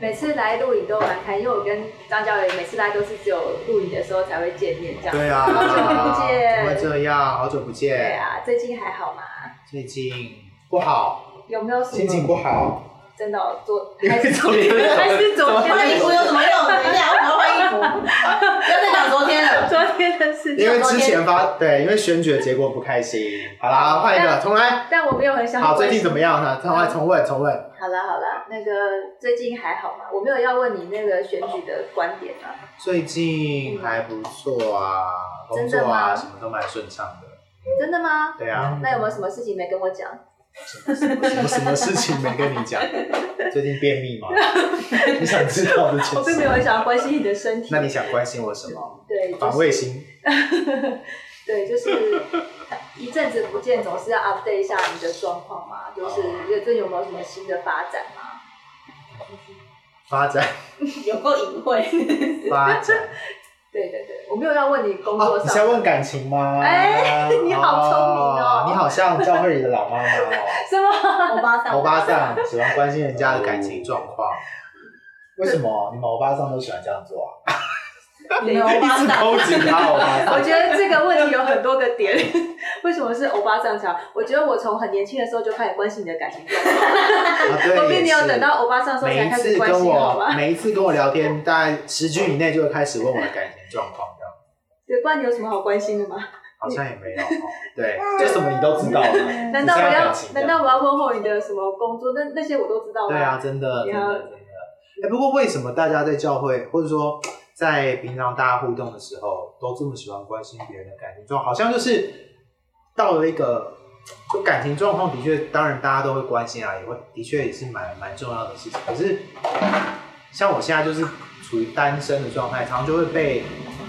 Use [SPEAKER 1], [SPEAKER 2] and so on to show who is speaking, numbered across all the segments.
[SPEAKER 1] 每次来录影都蛮开心，因为我跟张教练每次来都是只有录影的时候才会见面这样。
[SPEAKER 2] 对啊，
[SPEAKER 1] 好久不见
[SPEAKER 2] 怎么会这样？好久不见。
[SPEAKER 1] 对啊，最近还好吗？
[SPEAKER 2] 最近不好，
[SPEAKER 1] 有没有什么
[SPEAKER 2] 心情不好。
[SPEAKER 1] 真的哦昨还是
[SPEAKER 2] 昨天
[SPEAKER 1] 还是昨天
[SPEAKER 3] 换衣服哎有什么 用？等一下，为什么要换衣服？不要再讲昨天了。
[SPEAKER 1] 昨天的事
[SPEAKER 2] 因
[SPEAKER 1] 情。
[SPEAKER 2] 为之前发对，因为选举的结果不开心。好啦，换一个，重来。
[SPEAKER 1] 但我没有很想
[SPEAKER 2] 好，最近怎么样呢？重来，重问，重问。
[SPEAKER 1] 好了好了，那个最近还好吗？我没有要问你那个选举的观点啊。
[SPEAKER 2] 最近还不错啊，工
[SPEAKER 1] 真的
[SPEAKER 2] 作啊，
[SPEAKER 1] 吗嗯
[SPEAKER 2] 什么都蛮顺畅的。
[SPEAKER 1] 真的吗？
[SPEAKER 2] 对啊，
[SPEAKER 1] 那有没有什么事情没跟我讲？
[SPEAKER 2] 什么什么事情没跟你 讲？最近便秘吗？你想知道的
[SPEAKER 1] 我
[SPEAKER 2] 全
[SPEAKER 1] 并没有
[SPEAKER 2] 是。
[SPEAKER 1] 很想要关心你的身体。
[SPEAKER 2] 那你想关心我什么？
[SPEAKER 1] 对，就
[SPEAKER 2] 防
[SPEAKER 1] 是
[SPEAKER 2] 卫心。
[SPEAKER 1] 对，就是一阵子不见，总是要 update 一下你的状况嘛。就是
[SPEAKER 2] 哦
[SPEAKER 1] 最近有没有什么新的发展吗？
[SPEAKER 2] 发 展，
[SPEAKER 3] 有够隐晦。
[SPEAKER 2] 发展。
[SPEAKER 1] 对对对，我没有要问你工
[SPEAKER 2] 哦
[SPEAKER 1] 作，
[SPEAKER 2] 你是要
[SPEAKER 1] 上。
[SPEAKER 2] 问感情吗？
[SPEAKER 1] 哎你好聪明哦
[SPEAKER 2] 你好像教会里的老妈妈 哦，
[SPEAKER 1] 什 么？
[SPEAKER 3] 欧巴桑，
[SPEAKER 2] 欧巴桑喜欢关心人家的感情状况。为什么你们欧巴桑都喜欢这样做 啊？
[SPEAKER 3] 你们欧巴
[SPEAKER 2] 一直
[SPEAKER 3] 桑，
[SPEAKER 2] 抠紧他欧巴
[SPEAKER 1] 我
[SPEAKER 2] 桑。
[SPEAKER 1] 觉得这个问题有很多个点， 为什么是欧巴上场？我觉得我从很年轻的时候就开始关心你的感情状况，
[SPEAKER 2] 啊，对，
[SPEAKER 1] 我并没
[SPEAKER 2] 也
[SPEAKER 1] 有
[SPEAKER 2] 是
[SPEAKER 1] 等到欧巴上时候
[SPEAKER 2] 每
[SPEAKER 1] 才
[SPEAKER 2] 一
[SPEAKER 1] 开始
[SPEAKER 2] 次
[SPEAKER 1] 关
[SPEAKER 2] 跟
[SPEAKER 1] 心，好
[SPEAKER 2] 我
[SPEAKER 1] 吧？
[SPEAKER 2] 每一次跟我聊天，大概十句以内就会开始问我的感情状况，这样
[SPEAKER 1] 对，不然你有什么好关心的吗？
[SPEAKER 2] 好像也没有哦。对，就什么你都知道了。
[SPEAKER 1] 嗯难道我
[SPEAKER 2] 只是要
[SPEAKER 1] 要
[SPEAKER 2] 感情这样
[SPEAKER 1] 难道我要问候你的什么工作？那那些我都知道
[SPEAKER 2] 对啊，真的，真
[SPEAKER 1] 你
[SPEAKER 2] 的，
[SPEAKER 1] 要
[SPEAKER 2] 真的。哎、不过为什么大家在教会，或者说在平常大家互动的时候，都这么喜欢关心别人的感情状况？好像就是到了一个，就感情状况的确，当然大家都会关心啊，也会的确也是蛮蛮重要的事情。可是像我现在就是处于单身的状态，常常就会被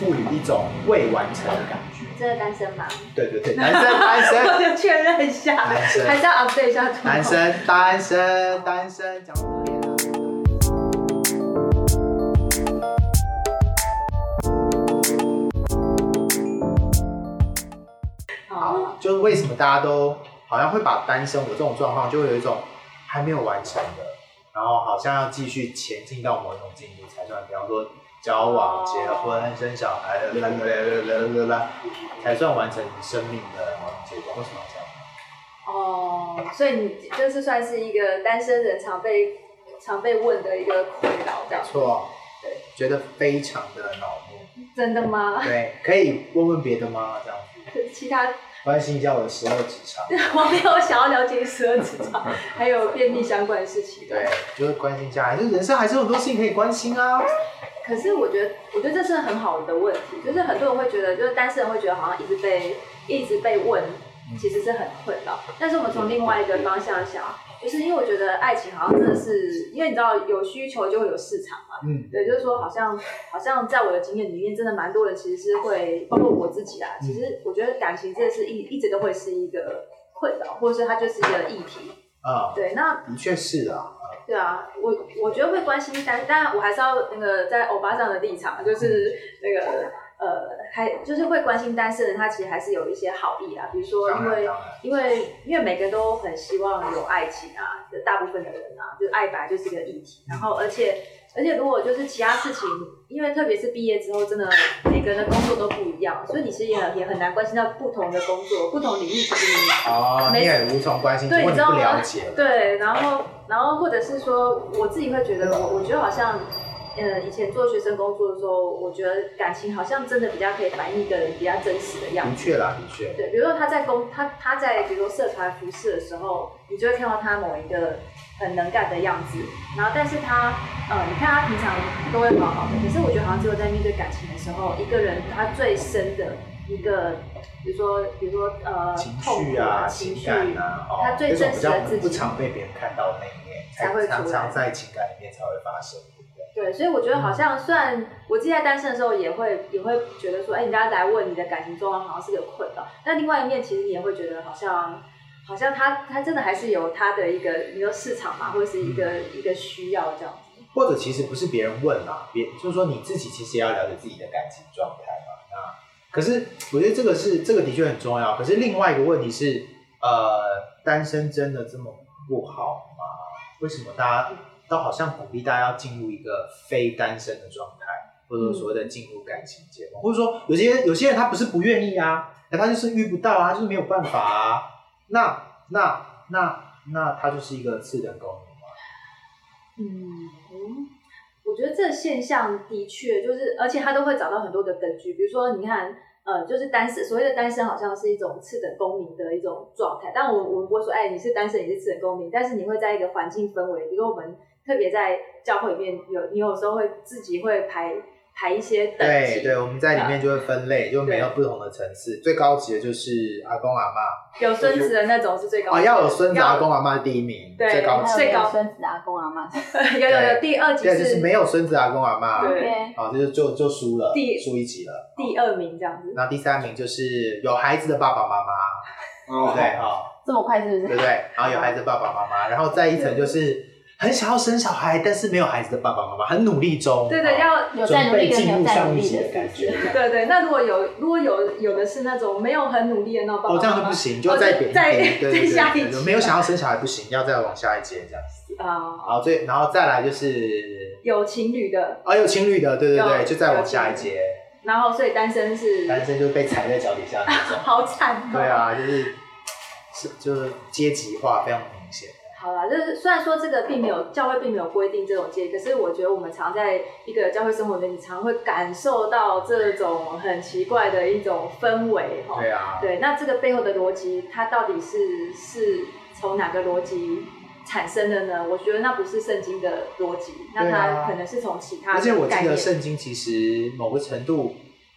[SPEAKER 2] 赋予一种未完成的感觉。
[SPEAKER 1] 真的单身吗？
[SPEAKER 2] 对对对，男生， 单
[SPEAKER 1] 我
[SPEAKER 2] 身，
[SPEAKER 1] 就确认一下，
[SPEAKER 2] 男生
[SPEAKER 1] 还是要 update 一下状况
[SPEAKER 2] 男。生，单身，单身，讲。
[SPEAKER 1] 好，
[SPEAKER 2] 就是为什么大家都好像会把单身我这种状况，就会有一种还没有完成的，然后好像要继续前进到某一种进度才算，比方说交往、结婚、生小孩，啦啦啦啦啦啦啦，才算完成生命的某种阶段。为什么要这样？
[SPEAKER 1] 哦，所以你这是算是一个单身人常被常被问的一个困扰，这样
[SPEAKER 2] 没错，
[SPEAKER 1] 对，
[SPEAKER 2] 觉得非常的恼怒。
[SPEAKER 1] 真的吗？
[SPEAKER 2] 对，可以问问别的吗？这样子
[SPEAKER 1] 其他
[SPEAKER 2] 关心一下我的十二指肠。
[SPEAKER 1] 我没有想要了解十二指肠，还有便秘相关的事情。
[SPEAKER 2] 对，就是关心一下，就是人生还是有很多事情可以关心啊。
[SPEAKER 1] 可是我觉得，我觉得这是很好的问题，就是很多人会觉得，就是单身人会觉得好像一直被一直被问，其实是很困扰。但是我们从另外一个方向想，就是因为我觉得爱情好像真的是，因为你知道有需求就会有市场嘛。
[SPEAKER 2] 嗯，
[SPEAKER 1] 对，就是说，好像好像在我的经验里面，真的蛮多人其实是会，包括我自己啊啦。其
[SPEAKER 2] 嗯
[SPEAKER 1] 实我觉得感情这是一一直都会是一个困扰，或者是它就是一个议题。
[SPEAKER 2] 啊、
[SPEAKER 1] 对，那
[SPEAKER 2] 的确是啊。
[SPEAKER 1] 对啊，我我觉得会关心，但但我还是要那个在欧巴上的立场，就是那个呃，还就是会关心单身人，他其实还是有一些好意啊，比如说
[SPEAKER 2] 当
[SPEAKER 1] 因
[SPEAKER 2] 然
[SPEAKER 1] 为
[SPEAKER 2] 当然
[SPEAKER 1] 因为因为每个人都很希望有爱情啊，就大部分的人啊，就是爱本来就是一个议题，然后而且而且如果就是其他事情，因为特别是毕业之后，真的每个人的工作都不一样，所以你其实也很也很难关心到不同的工作、不同领域其实你
[SPEAKER 2] 哦，你
[SPEAKER 1] 没
[SPEAKER 2] 也无从关心，
[SPEAKER 1] 对
[SPEAKER 2] 因
[SPEAKER 1] 你
[SPEAKER 2] 为你
[SPEAKER 1] 知道
[SPEAKER 2] 不
[SPEAKER 1] 吗
[SPEAKER 2] 了解。
[SPEAKER 1] 对，然后然后或者是说，我自己会觉得我，我觉得好像，呃，以前做学生工作的时候，我觉得感情好像真的比较可以反映一个人比较真实的样
[SPEAKER 2] 的
[SPEAKER 1] 子。
[SPEAKER 2] 确啦，的确。
[SPEAKER 1] 对，比如说他在工，他他在比如说社团服饰的时候，你就会看到他某一个很能干的样子，然后但是他，呃，你看他平常都会好好的，可是我觉得好像只有在面对感情的时候，一个人他最深的一个，比如说比如说呃，
[SPEAKER 2] 情
[SPEAKER 1] 痛
[SPEAKER 2] 绪
[SPEAKER 1] 苦
[SPEAKER 2] 啊，
[SPEAKER 1] 情
[SPEAKER 2] 情
[SPEAKER 1] 绪
[SPEAKER 2] 感啊，哦，
[SPEAKER 1] 他最
[SPEAKER 2] 这
[SPEAKER 1] 真
[SPEAKER 2] 种比
[SPEAKER 1] 实
[SPEAKER 2] 较
[SPEAKER 1] 的自己
[SPEAKER 2] 不常被别人看到的那一面，
[SPEAKER 1] 才会出来
[SPEAKER 2] 常常在情感里面才会发生，对不对？
[SPEAKER 1] 对，所以我觉得好像，虽然我自己在单身的时候也会也会觉得说，哎，人家来问你的感情状况好像是个困扰，但另外一面其实你也会觉得好像，好像他他真的还是有他的一个，你说市场嘛，或者是一个、一个需要这样子。
[SPEAKER 2] 或者其实不是别人问啦，别就是说你自己其实也要了解自己的感情状态嘛。那可是我觉得这个是这个的确很重要。可是另外一个问题是，呃，单身真的这么不好吗？为什么大家都好像鼓励大家要进入一个非单身的状态，或者说所谓的进入感情结盟，或者说有些有些人他不是不愿意啊，那他就是遇不到啊，他就是没有办法啊，那那那那他就是一个次等公民嘛，
[SPEAKER 1] 嗯，我觉得这现象的确就是，而且他都会找到很多的根据，比如说你看，呃，就是单身，所谓的单身好像是一种次等公民的一种状态，但我我们不会说，哎，你是单身，你是次等公民，但是你会在一个环境氛围，比如说我们特别在教会里面有，你有时候会自己会排排一些等级，
[SPEAKER 2] 对对，我们在里面就会
[SPEAKER 4] 啊
[SPEAKER 2] 分类，就没有不同的层次，最高级的就是阿公阿妈，
[SPEAKER 1] 有孙子的那种是最高
[SPEAKER 2] 哦，
[SPEAKER 1] 的，
[SPEAKER 2] 要有孙子阿公阿妈第一名，
[SPEAKER 1] 对
[SPEAKER 2] 最高级，
[SPEAKER 1] 最高
[SPEAKER 4] 孙子阿公阿妈
[SPEAKER 1] 有有有，第二级
[SPEAKER 2] 对，就是没有孙子阿公阿妈，
[SPEAKER 1] 对
[SPEAKER 4] ，OK，
[SPEAKER 2] 好，这就就就输了
[SPEAKER 1] 第，
[SPEAKER 2] 输一级了。
[SPEAKER 1] 第二名这样子，
[SPEAKER 2] 然后第三名就是有孩子的爸爸妈妈，
[SPEAKER 5] 哦
[SPEAKER 2] 对不对？哈，
[SPEAKER 4] 这么快是不
[SPEAKER 2] 对
[SPEAKER 4] 是
[SPEAKER 2] 不？对？然后有孩子的爸爸妈妈，然后再一层就是很想要生小孩，但是没有孩子的爸爸妈妈，很努力中，
[SPEAKER 1] 对对，
[SPEAKER 2] 哈
[SPEAKER 1] 要
[SPEAKER 4] 有在
[SPEAKER 2] 准
[SPEAKER 4] 努
[SPEAKER 2] 备
[SPEAKER 4] 力跟没
[SPEAKER 2] 进
[SPEAKER 4] 有
[SPEAKER 2] 入
[SPEAKER 4] 在努
[SPEAKER 2] 上一
[SPEAKER 4] 力
[SPEAKER 2] 级
[SPEAKER 4] 的
[SPEAKER 2] 的感
[SPEAKER 4] 是不是
[SPEAKER 2] 觉。
[SPEAKER 1] 对对，那如果有如果有有的是那种没有很努力的那种爸爸妈
[SPEAKER 2] 哦，
[SPEAKER 1] 妈，
[SPEAKER 2] 这样就不行，就
[SPEAKER 1] 哦
[SPEAKER 2] 再
[SPEAKER 1] 再
[SPEAKER 2] 贬低，
[SPEAKER 1] 再
[SPEAKER 2] 对对
[SPEAKER 1] 再下一级
[SPEAKER 2] 对对，没有想要生小孩不行，要再往下一阶这样子。
[SPEAKER 1] 啊、
[SPEAKER 2] 好，最然后再来就是，
[SPEAKER 1] 有情侣的，
[SPEAKER 2] 哦，有情侣的，对对
[SPEAKER 1] 有
[SPEAKER 2] 对，就再
[SPEAKER 1] 有
[SPEAKER 2] 往
[SPEAKER 1] 情
[SPEAKER 2] 下一
[SPEAKER 1] 侣
[SPEAKER 2] 阶，
[SPEAKER 1] 然后所以单身是
[SPEAKER 2] 男生就被踩在脚底下那种。
[SPEAKER 1] 好惨、哦。
[SPEAKER 2] 对，啊，就是是就是阶级化非常明显。
[SPEAKER 1] 好啦，就是虽然说这个并没有教会并没有规定这种阶级，可是我觉得我们常在一个教会生活里面，你常会感受到这种很奇怪的一种氛围哈。
[SPEAKER 2] 对啊，
[SPEAKER 1] 对，那这个背后的逻辑，它到底是是从哪个逻辑产生的呢？我觉得那不是圣经的逻辑，那
[SPEAKER 2] 对啊
[SPEAKER 1] 它可能是从其他
[SPEAKER 2] 而
[SPEAKER 1] 的
[SPEAKER 2] 且我
[SPEAKER 1] 概
[SPEAKER 2] 记得
[SPEAKER 1] 念。
[SPEAKER 2] 圣经其实某个程度，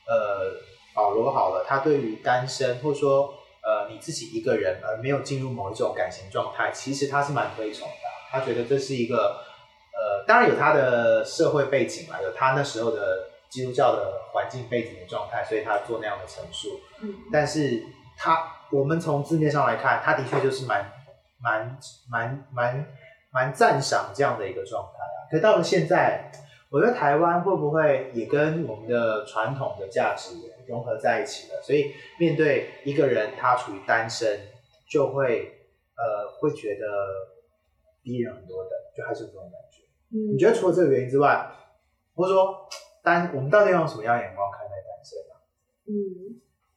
[SPEAKER 2] 呃，保罗好了，他对于单身或者说呃你自己一个人而没有进入某一种感情状态，其实他是蛮推崇的啊。他觉得这是一个呃，当然有他的社会背景啦，有他那时候的基督教的环境背景的状态，所以他做那样的陈述。
[SPEAKER 1] 嗯
[SPEAKER 2] 但是他我们从字面上来看，他的确就是蛮蛮蛮蛮蛮赞赏这样的一个状态啊。可到了现在，我觉得台湾会不会也跟我们的传统的价值融合在一起了？所以面对一个人他处于单身，就会呃会觉得低人很多的，就还是有这种感觉。
[SPEAKER 1] 嗯
[SPEAKER 2] 你觉得除了这个原因之外，或者说单我们到底用什么样的眼光看待单身啊？
[SPEAKER 1] 嗯，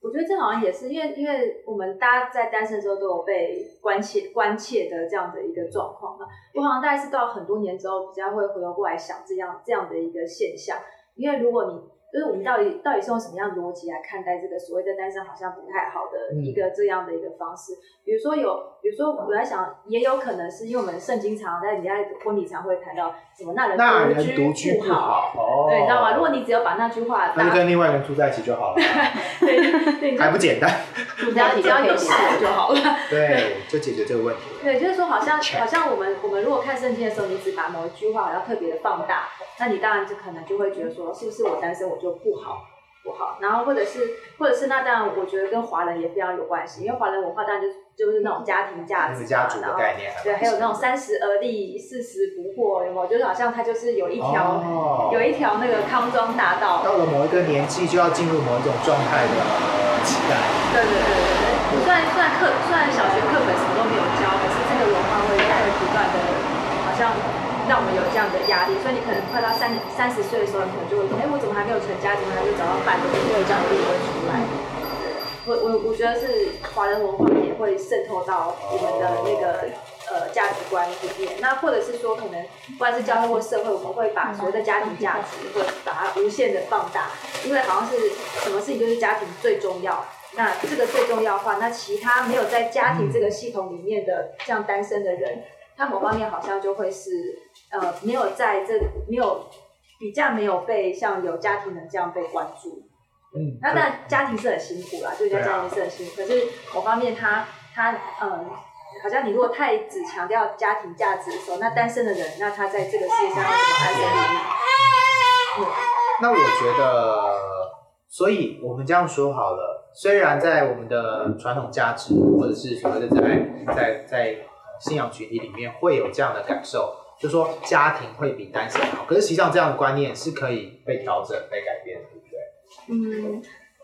[SPEAKER 1] 我觉得这好像也是，因为因为我们大家在单身的时候都有被关切关切的这样的一个状况嘛。我好像大概是到很多年之后，比较会回头过来想这样这样的一个现象。因为如果你就是我们到底到底是用什么样的逻辑来看待这个所谓的单身好像不太好的
[SPEAKER 2] 嗯
[SPEAKER 1] 一个这样的一个方式？比如说有，比如说我在想，也有可能是因为我们圣经常在你在婚礼常会谈到什么那人
[SPEAKER 2] 那人
[SPEAKER 1] 独
[SPEAKER 2] 独
[SPEAKER 1] 居
[SPEAKER 2] 居
[SPEAKER 1] 不
[SPEAKER 2] 不
[SPEAKER 1] 好，
[SPEAKER 2] 好，哦
[SPEAKER 1] 对，你知道吗？如果你只有把那句话
[SPEAKER 2] 那就
[SPEAKER 1] 打
[SPEAKER 2] 跟另外一个人住在一起就 好了，
[SPEAKER 1] 对对，你知道
[SPEAKER 2] 还不 简单？
[SPEAKER 1] 只要你只要有
[SPEAKER 4] 事
[SPEAKER 1] 事就好了。
[SPEAKER 2] 对，就解决这个问题。
[SPEAKER 1] 对，就是说，好像好像我们我们如果看圣经的时候，你只把某一句话好像特别的放大，那你当然就可能就会觉得说，是不是我单身我就不好不好？然后或者是或者是那当然，我觉得跟华人也非常有关系，因为华人文化当然就是就是那种嗯家庭价
[SPEAKER 2] 那
[SPEAKER 1] 值
[SPEAKER 2] 个
[SPEAKER 1] 嘛，
[SPEAKER 2] 家族
[SPEAKER 1] 然
[SPEAKER 2] 的
[SPEAKER 1] 后
[SPEAKER 2] 概念，
[SPEAKER 1] 对，还有那种三十而立，四十不惑，有没有？就是好像它就是有一条、
[SPEAKER 2] 哦
[SPEAKER 1] 有一条那个康庄大道，
[SPEAKER 2] 到了某一个年纪就要进入某一种状态的期待，
[SPEAKER 1] 对对对对对，虽然虽然课虽然小学课本什么都没有教，可是这个文化会在不断的，好像让我们有这样的压力，所以你可能快到三三十岁的时候，你可能就会说，哎、我怎么还没有成家，怎么还没有找到伴侣，就会有这样的力会出来。我我我觉得是华人文化也会渗透到我们的那个呃价值观里面，那或者是说可能不管是教会或社会，我们会把所谓的家庭价值会把它无限的放大，因为好像是什么事情就是家庭最重要。那这个最重要的话，那其他没有在家庭这个系统里面的像单身的人，他某方面好像就会是呃没有在这没有比较没有被像有家庭人这样被关注。
[SPEAKER 2] 嗯，
[SPEAKER 1] 那当然家庭是很辛苦啦，对在家庭是很辛苦。可是某方面他他嗯，好像你如果太只强调家庭价值的时候，那单身的人，那他在这个世界上要怎么安身立命？
[SPEAKER 2] 那我觉得，所以我们这样说好了，虽然在我们的传统价值，或者是所谓的在在在呃信仰群体里面会有这样的感受，就说家庭会比单身好，可是实际上这样的观念是可以被调整、被改变的，对不对？
[SPEAKER 1] 嗯，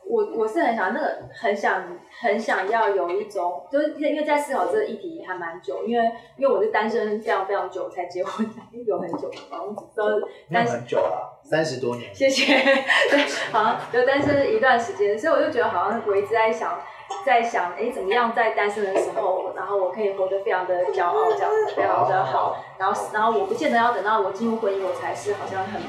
[SPEAKER 1] 我我是很想那个很想很想要有一种，就是因为在思考这个议题还蛮久，因为因为我是单身非常非常久才结婚， 有很久嘛，我只知道
[SPEAKER 2] 没
[SPEAKER 1] 单
[SPEAKER 2] 有
[SPEAKER 1] 身
[SPEAKER 2] 很久了，三十多年。
[SPEAKER 1] 谢 谢。对，好像就单身一段时间，所以我就觉得好像我一直在想，在想，哎，怎么样在单身的时候，然后我可以活得非常的骄傲，这样子非常的好。然后，然后我不见得要等到我进入婚姻，我才是好像很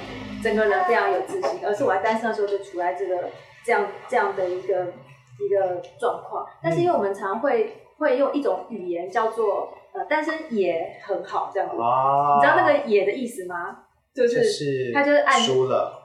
[SPEAKER 1] 整个人非常有自信，而是我在单身的时候就处在这个这样这样的一个一个状况。但是因为我们常会会用一种语言叫做呃单身也很好这样子，你
[SPEAKER 2] 哦哇，
[SPEAKER 1] 知道那个“也”的意思吗？就是
[SPEAKER 2] 就是
[SPEAKER 1] 他就是按
[SPEAKER 2] 输 了，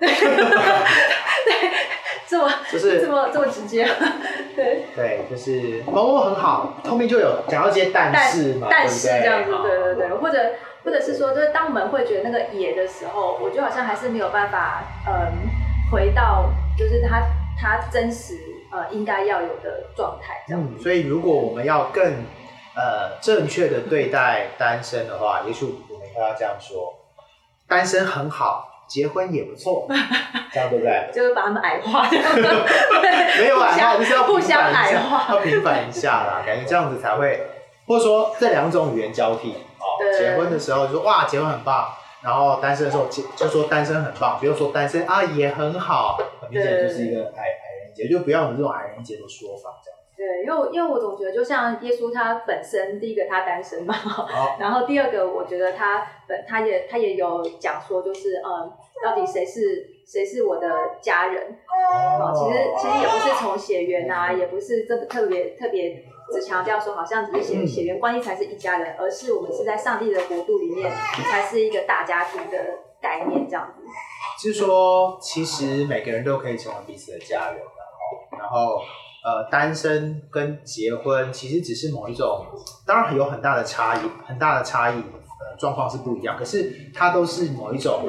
[SPEAKER 1] 这么
[SPEAKER 2] 就
[SPEAKER 1] 这
[SPEAKER 2] 是
[SPEAKER 1] 么这么直接， 对，
[SPEAKER 2] 对，就是某某很好，后面就有讲到接但是嘛，
[SPEAKER 1] 但是
[SPEAKER 2] 对不对
[SPEAKER 1] 这样子，对对。
[SPEAKER 2] 好
[SPEAKER 1] 对，或者或者是说，就是当我们会觉得那个野的时候，我就好像还是没有办法，嗯，回到就是他他真实呃应该要有的状态这样。
[SPEAKER 2] 嗯，所以如果我们要更呃正确的对待单身的话，也许我们应该要这样说：单身很好，结婚也 不错，这样对不对？
[SPEAKER 1] 就是把他们矮化，对
[SPEAKER 2] 没有
[SPEAKER 1] 互
[SPEAKER 2] 矮化，
[SPEAKER 1] 相
[SPEAKER 2] 就是要
[SPEAKER 1] 互
[SPEAKER 2] 平
[SPEAKER 1] 相
[SPEAKER 2] 反一
[SPEAKER 1] 矮
[SPEAKER 2] 下
[SPEAKER 1] 化，
[SPEAKER 2] 要平反一下啦，感觉这样子才会，或者说这两种语言交替哦。
[SPEAKER 1] 对
[SPEAKER 2] 结婚的时候就说哇，结婚很棒。然后单身的时候就就说单身很棒，不用说单身啊也很好，很明显就是一个矮矮人节，就不要有这种矮人节的说法这样。
[SPEAKER 1] 对，因为我因为我总觉得，就像耶稣他本身，第一个他单身嘛，
[SPEAKER 2] 好
[SPEAKER 1] 然后第二个，我觉得他本他也他也有讲说，就是嗯，到底谁是谁是我的家人？哦，其实其实也不是从血缘啊，也不是这个特别特别只强调说好像只是血
[SPEAKER 2] 嗯
[SPEAKER 1] 血缘关系才是一家人，而是我们是在上帝的国度里面才是一个大家庭的概念这样子。
[SPEAKER 2] 是说，其实每个人都可以成为彼此的家人的哦。然后，呃，单身跟结婚其实只是某一种，当然有很大的差异，很大的差异，呃，状况是不一样。可是它都是某一种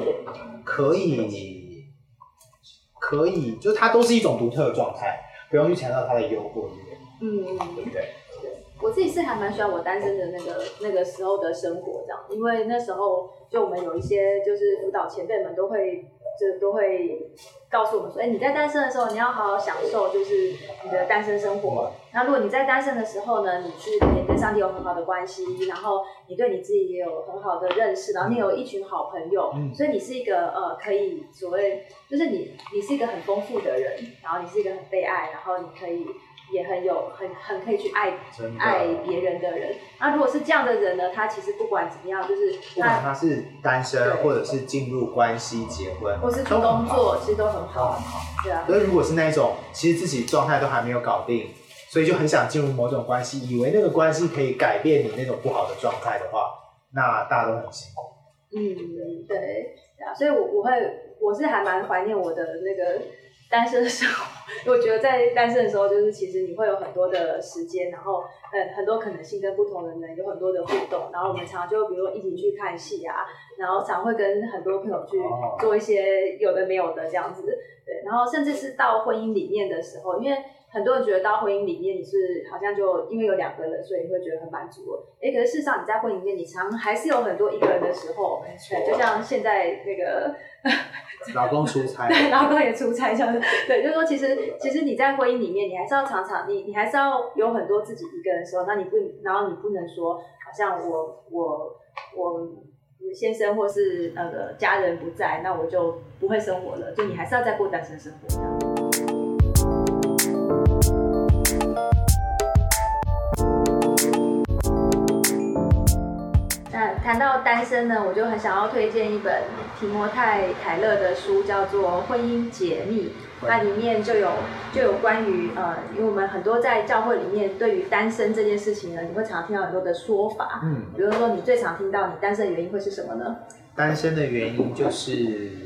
[SPEAKER 2] 可以，可以，就是它都是一种独特的状态，不用去强调它的优或劣，
[SPEAKER 1] 嗯，嗯
[SPEAKER 2] 对不对？
[SPEAKER 1] 我自己是还蛮喜欢我单身的那个那个时候的生活这样，因为那时候就我们有一些就是辅导前辈们都会就都会告诉我们说，哎、你在单身的时候你要好好享受就是你的单身生活。那如果你在单身的时候呢，你去你跟上帝有很好的关系，然后你对你自己也有很好的认识，然后你有一群好朋友，
[SPEAKER 2] 嗯
[SPEAKER 1] 所以你是一个呃可以所谓就是你你是一个很丰富的人，然后你是一个很被爱，然后你可以也很有很很可以去爱
[SPEAKER 2] 真的，
[SPEAKER 1] 爱别人的人。那如果是这样的人呢，他其实不管怎么样，就是
[SPEAKER 2] 不管
[SPEAKER 1] 他
[SPEAKER 2] 他是单身
[SPEAKER 1] 对
[SPEAKER 2] 或者是进入关系、结婚，
[SPEAKER 1] 或是去
[SPEAKER 2] 都
[SPEAKER 1] 工
[SPEAKER 2] 很好
[SPEAKER 1] 作，其实都很
[SPEAKER 2] 都很
[SPEAKER 1] 好，
[SPEAKER 2] 好。
[SPEAKER 1] 对啊。
[SPEAKER 2] 可是如果是那一种，其实自己状态都还没有搞定，所以就很想进入某种关系，以为那个关系可以改变你那种不好的状态的话，那大家都很辛苦。
[SPEAKER 1] 嗯，对，对啊，所以我我会我是还蛮怀念我的那个单身的生活，因 为我觉得在单身的时候，就是其实你会有很多的时间，然后很很多可能性跟不同的人有很多的互动，然后我们常常就比如说一起去看戏啊，然后常会跟很多朋友去
[SPEAKER 2] 哦
[SPEAKER 1] 做一些有的没有的这样子，对，然后甚至是到婚姻里面的时候，因为。很多人觉得到婚姻里面你是好像就因为有两个人，所以你会觉得很满足了。哎、可是事实上你在婚姻里面，你常还是有很多一个人的时候，
[SPEAKER 2] 没错
[SPEAKER 1] 对，就像现在那个，
[SPEAKER 2] 老公出差，
[SPEAKER 1] 对，老公也出差，这样子，对，就是说，其实其实你在婚姻里面，你还是要常常，你你还是要有很多自己一个人的时候，那你不，然后你不能说，好像我我我先生或是那个家人不在，那我就不会生活了，就你还是要再过单身生活这样。那谈到单身呢，我就很想要推荐一本提摩太·凯勒的书，叫做《婚姻解密》。它里面就有就有关于呃，因为我们很多在教会里面对于单身这件事情呢，你会常听到很多的说法。
[SPEAKER 2] 嗯，
[SPEAKER 1] 比如说，你最常听到你单身的原因会是什么呢？
[SPEAKER 2] 单身的原因就是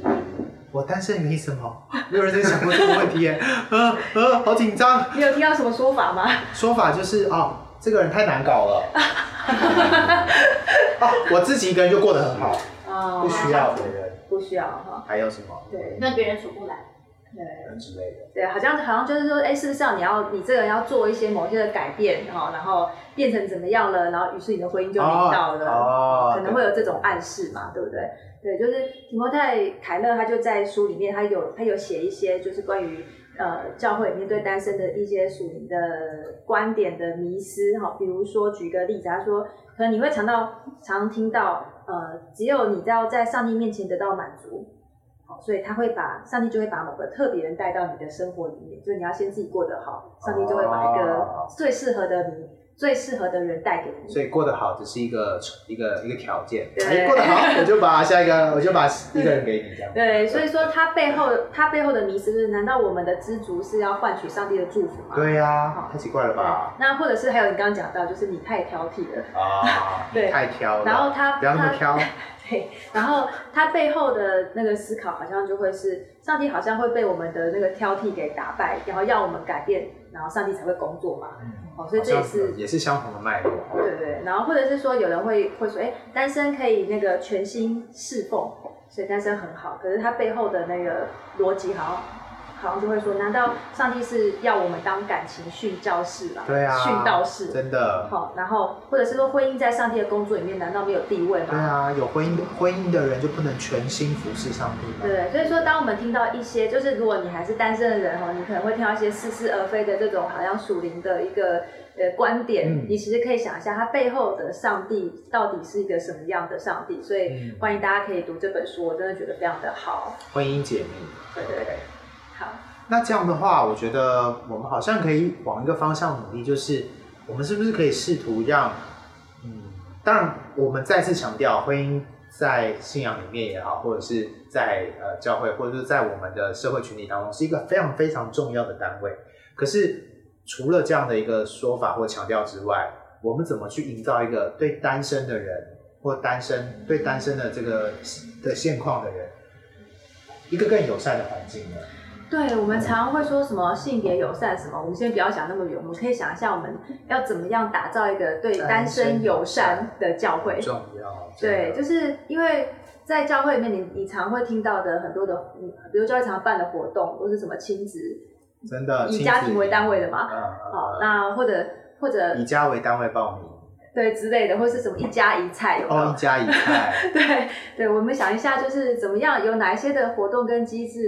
[SPEAKER 2] 我单身的原因是什么？没有人在想过这个问题耶， 呃呃，好紧张。
[SPEAKER 1] 你有听到什么说法吗？
[SPEAKER 2] 说法就是哦，这个人太难搞了。 哦，我自己一个人就过得很好，
[SPEAKER 1] 啊
[SPEAKER 2] 不需要别人。
[SPEAKER 1] 不需要哈。
[SPEAKER 2] 还有什么？
[SPEAKER 1] 对
[SPEAKER 3] 那别人数不来，
[SPEAKER 1] 对
[SPEAKER 2] 之类的。
[SPEAKER 1] 对，好像好像就是说，哎，事实上你要你这个人要做一些某些的改变哈，然后变成怎么样了，然后于是你的婚姻就没到了。
[SPEAKER 2] 哦，
[SPEAKER 1] 可能会有这种暗示嘛，对不对？对，就是提摩太·凯勒他就在书里面，他有他有写一些就是关于呃教会里面对单身的一些属灵的观点的迷失哈、比如说举个例子，他说可能你会常到常听到呃，只有你要在上帝面前得到满足。好，所以他会把上帝就会把某个特别人带到你的生活里面，就你要先自己过得好，上帝就会把一个
[SPEAKER 2] 哦
[SPEAKER 1] 最适合的你、最适合的人带给你。
[SPEAKER 2] 所以过得好只是一个一个一个条件，
[SPEAKER 1] 对
[SPEAKER 2] 哎，过得好，我就把下 一个，我就把一个人给你这样。
[SPEAKER 1] 对，所以说他背后他背后的迷思就是，难道我们的知足是要换取上帝的祝福吗？
[SPEAKER 2] 对呀
[SPEAKER 1] 好，
[SPEAKER 2] 太奇怪了
[SPEAKER 1] 对
[SPEAKER 2] 吧？
[SPEAKER 1] 那或者是还有你刚刚讲到，就是你太挑剔了，
[SPEAKER 2] 啊，
[SPEAKER 1] 对
[SPEAKER 2] 太挑了，
[SPEAKER 1] 然后他
[SPEAKER 2] 不要那么
[SPEAKER 1] 他
[SPEAKER 2] 挑，
[SPEAKER 1] 然后他背后的那个思考好像就会是，上帝好像会被我们的那个挑剔给打败，然后要我们改变，然后上帝才会工作嘛。
[SPEAKER 2] 嗯，
[SPEAKER 1] 哦，所以这也是
[SPEAKER 2] 好像也是相同的脉络。
[SPEAKER 1] 对对，然后或者是说有人会会说，哎，单身可以那个全心侍奉，所以单身很好。可是他背后的那个逻辑好像好像就会说，难道上帝是要我们当感情训教士吗？
[SPEAKER 2] 对啊
[SPEAKER 1] 训道士。
[SPEAKER 2] 真的，
[SPEAKER 1] 好，然后或者是说婚姻在上帝的工作里面难道没有地位吗？
[SPEAKER 2] 对啊，有婚姻婚姻的人就不能全心服侍上帝吗？
[SPEAKER 1] 对，所以说，当我们听到一些，就是如果你还是单身的人哦，你可能会听到一些似是而非的这种好像属灵的一个呃观点，
[SPEAKER 2] 嗯
[SPEAKER 1] 你其实可以想一下，它背后的上帝到底是一个什么样的上帝。所以
[SPEAKER 2] 嗯，
[SPEAKER 1] 欢迎大家可以读这本书，我真的觉得非常的好。
[SPEAKER 2] 婚姻解密。
[SPEAKER 1] 对对对，好，
[SPEAKER 2] 那这样的话，我觉得我们好像可以往一个方向努力，就是我们是不是可以试图让，嗯，当然我们再次强调，婚姻在信仰里面也好，或者是在呃教会，或者是在我们的社会群体当中，是一个非常非常重要的单位。可是除了这样的一个说法或强调之外，我们怎么去营造一个对单身的人或单身对单身的这个的现况的人，一个更友善的环境呢？
[SPEAKER 1] 对我们常会说什么性别友善什么，我们先不要想那么远，我们可以想一下我们要怎么样打造一个对单身友善的教会
[SPEAKER 2] 很。重要。
[SPEAKER 1] 对，就是是因为在教会里面你，你常会听到的很多的，嗯比如教会常办的活动都是什么亲子，
[SPEAKER 2] 真的
[SPEAKER 1] 以家庭为单位的嘛好、
[SPEAKER 2] 嘛，嗯嗯
[SPEAKER 1] 那或者或者
[SPEAKER 2] 嗯，以家为单位报 名，
[SPEAKER 1] 对之类的，或是什么一家一菜有没有
[SPEAKER 2] 哦，一家一菜，
[SPEAKER 1] 对对，我们想一下，就是怎么样，有哪一些的活动跟机制，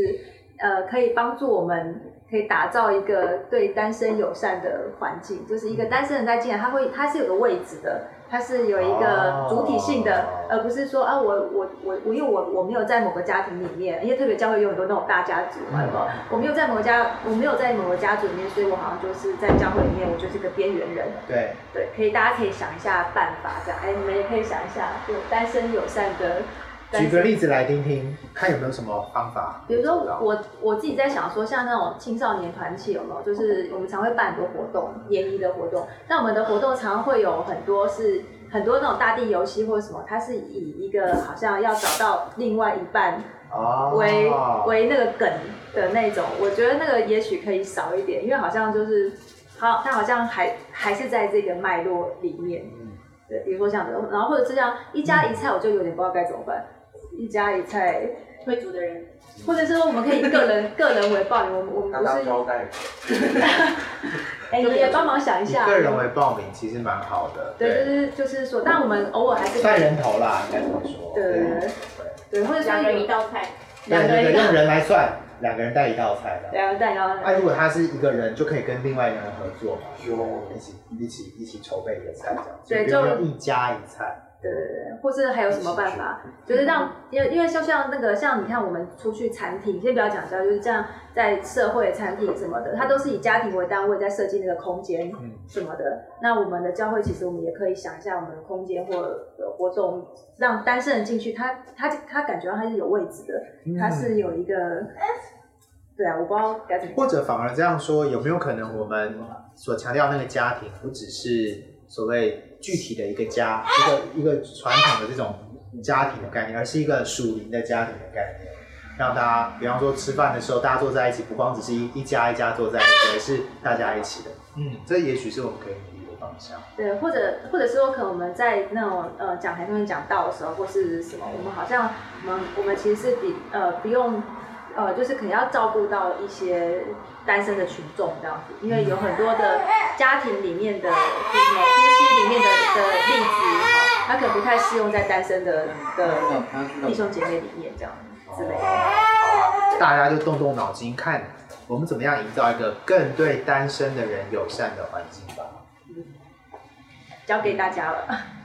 [SPEAKER 1] 呃，可以帮助我们可以打造一个对单身友善的环境，就是一个单身人在进来，他会他是有个位置的，他是有一个主体性的，
[SPEAKER 2] 哦
[SPEAKER 1] 而不是说啊，我我我我因为我我没有在某个家庭里面，因为特别教会有很多那种大家族嘛，有
[SPEAKER 2] 嗯
[SPEAKER 1] 没有我没有在某个家，我没有在某个家族里面，所以我好像就是在教会里面，我就是个边缘人。
[SPEAKER 2] 对，
[SPEAKER 1] 对，可以，大家可以想一下办法，这样，哎，你们也可以想一下，就单身友善的。
[SPEAKER 2] 举个，例子来听听，看有没有什么方法。
[SPEAKER 1] 比如说我我自己在想说，像那种青少年团契有没有？就是我们常会办很多活动，联谊的活动。那我们的活动常常会有很多是很多那种大地游戏或者什么，它是以一个好像要找到另外一半
[SPEAKER 2] 哦，
[SPEAKER 1] 为、为那个梗的那种，我觉得那个也许可以少一点，因为好像就是好，它好像还还是在这个脉络里面。
[SPEAKER 2] 嗯，
[SPEAKER 1] 对，比如说像这嗯样，然后或者是这样一家一菜，我就有点不知道该怎么办。一家一菜，
[SPEAKER 3] 会煮的人，
[SPEAKER 1] 或者是说我们可以个人个人为报名，我们我们
[SPEAKER 4] 他
[SPEAKER 1] 不
[SPEAKER 4] 当
[SPEAKER 1] 是，
[SPEAKER 4] 招待，
[SPEAKER 1] 哎，你也帮忙想一
[SPEAKER 2] 哦以
[SPEAKER 1] 下，
[SPEAKER 2] 个人为报名其实蛮好的，
[SPEAKER 1] 对，就是就是说，但我们偶尔还是
[SPEAKER 2] 算人头啦，应该这么说。
[SPEAKER 1] 对对对对，或者
[SPEAKER 3] 两人一
[SPEAKER 1] 说
[SPEAKER 3] 道菜，
[SPEAKER 1] 两个
[SPEAKER 2] 对对
[SPEAKER 1] 人
[SPEAKER 2] 对，
[SPEAKER 1] 一道
[SPEAKER 2] 用人来算，两个人带一道菜的。
[SPEAKER 1] 两个蛋糕，
[SPEAKER 2] 那如果他是一个人，就可以跟另外一个人合作嘛，
[SPEAKER 4] 有
[SPEAKER 2] 一起一起一起筹备一个菜这样，
[SPEAKER 1] 对
[SPEAKER 2] 就比如
[SPEAKER 1] 就
[SPEAKER 2] 说一家一菜，
[SPEAKER 1] 对对对，或是还有什么办法？就是让，因为因为就像那个，像你看我们出去餐厅，先不要讲教，就是这样在社会餐厅什么的，它都是以家庭为单位在设计那个空间，
[SPEAKER 2] 嗯，
[SPEAKER 1] 什么的。那我们的教会其实我们也可以想一下，我们的空间或呃活动，让单身人进去，他他他感觉到他是有位置的，他是有一个，对啊，我不知道该怎么
[SPEAKER 2] 或者反而这样说，有没有可能我们所强调那个家庭，不只是所谓具体的一个家，一个一个传统的这种家庭的概念，而是一个属灵的家庭的概念，让大家，比方说吃饭的时候，大家坐在一起，不光只是一一家一家坐在一起，而是大家一起的。嗯，这也许是我们可以努力的方向。
[SPEAKER 1] 对，或者或者是说，可能我们在那种呃讲台上面讲道的时候，或是什么，我们好像我们我们其实是比呃不用呃，就是可能要照顾到一些单身的群众这样子，因为有很多的家庭里面的什么夫妻里面的的例子，哦它可能不太适用在单身的的弟兄姐妹里面这样之类的。
[SPEAKER 2] 大家就动动脑筋，看我们怎么样营造一个更对单身的人友善的环境吧。
[SPEAKER 1] 交给大家了。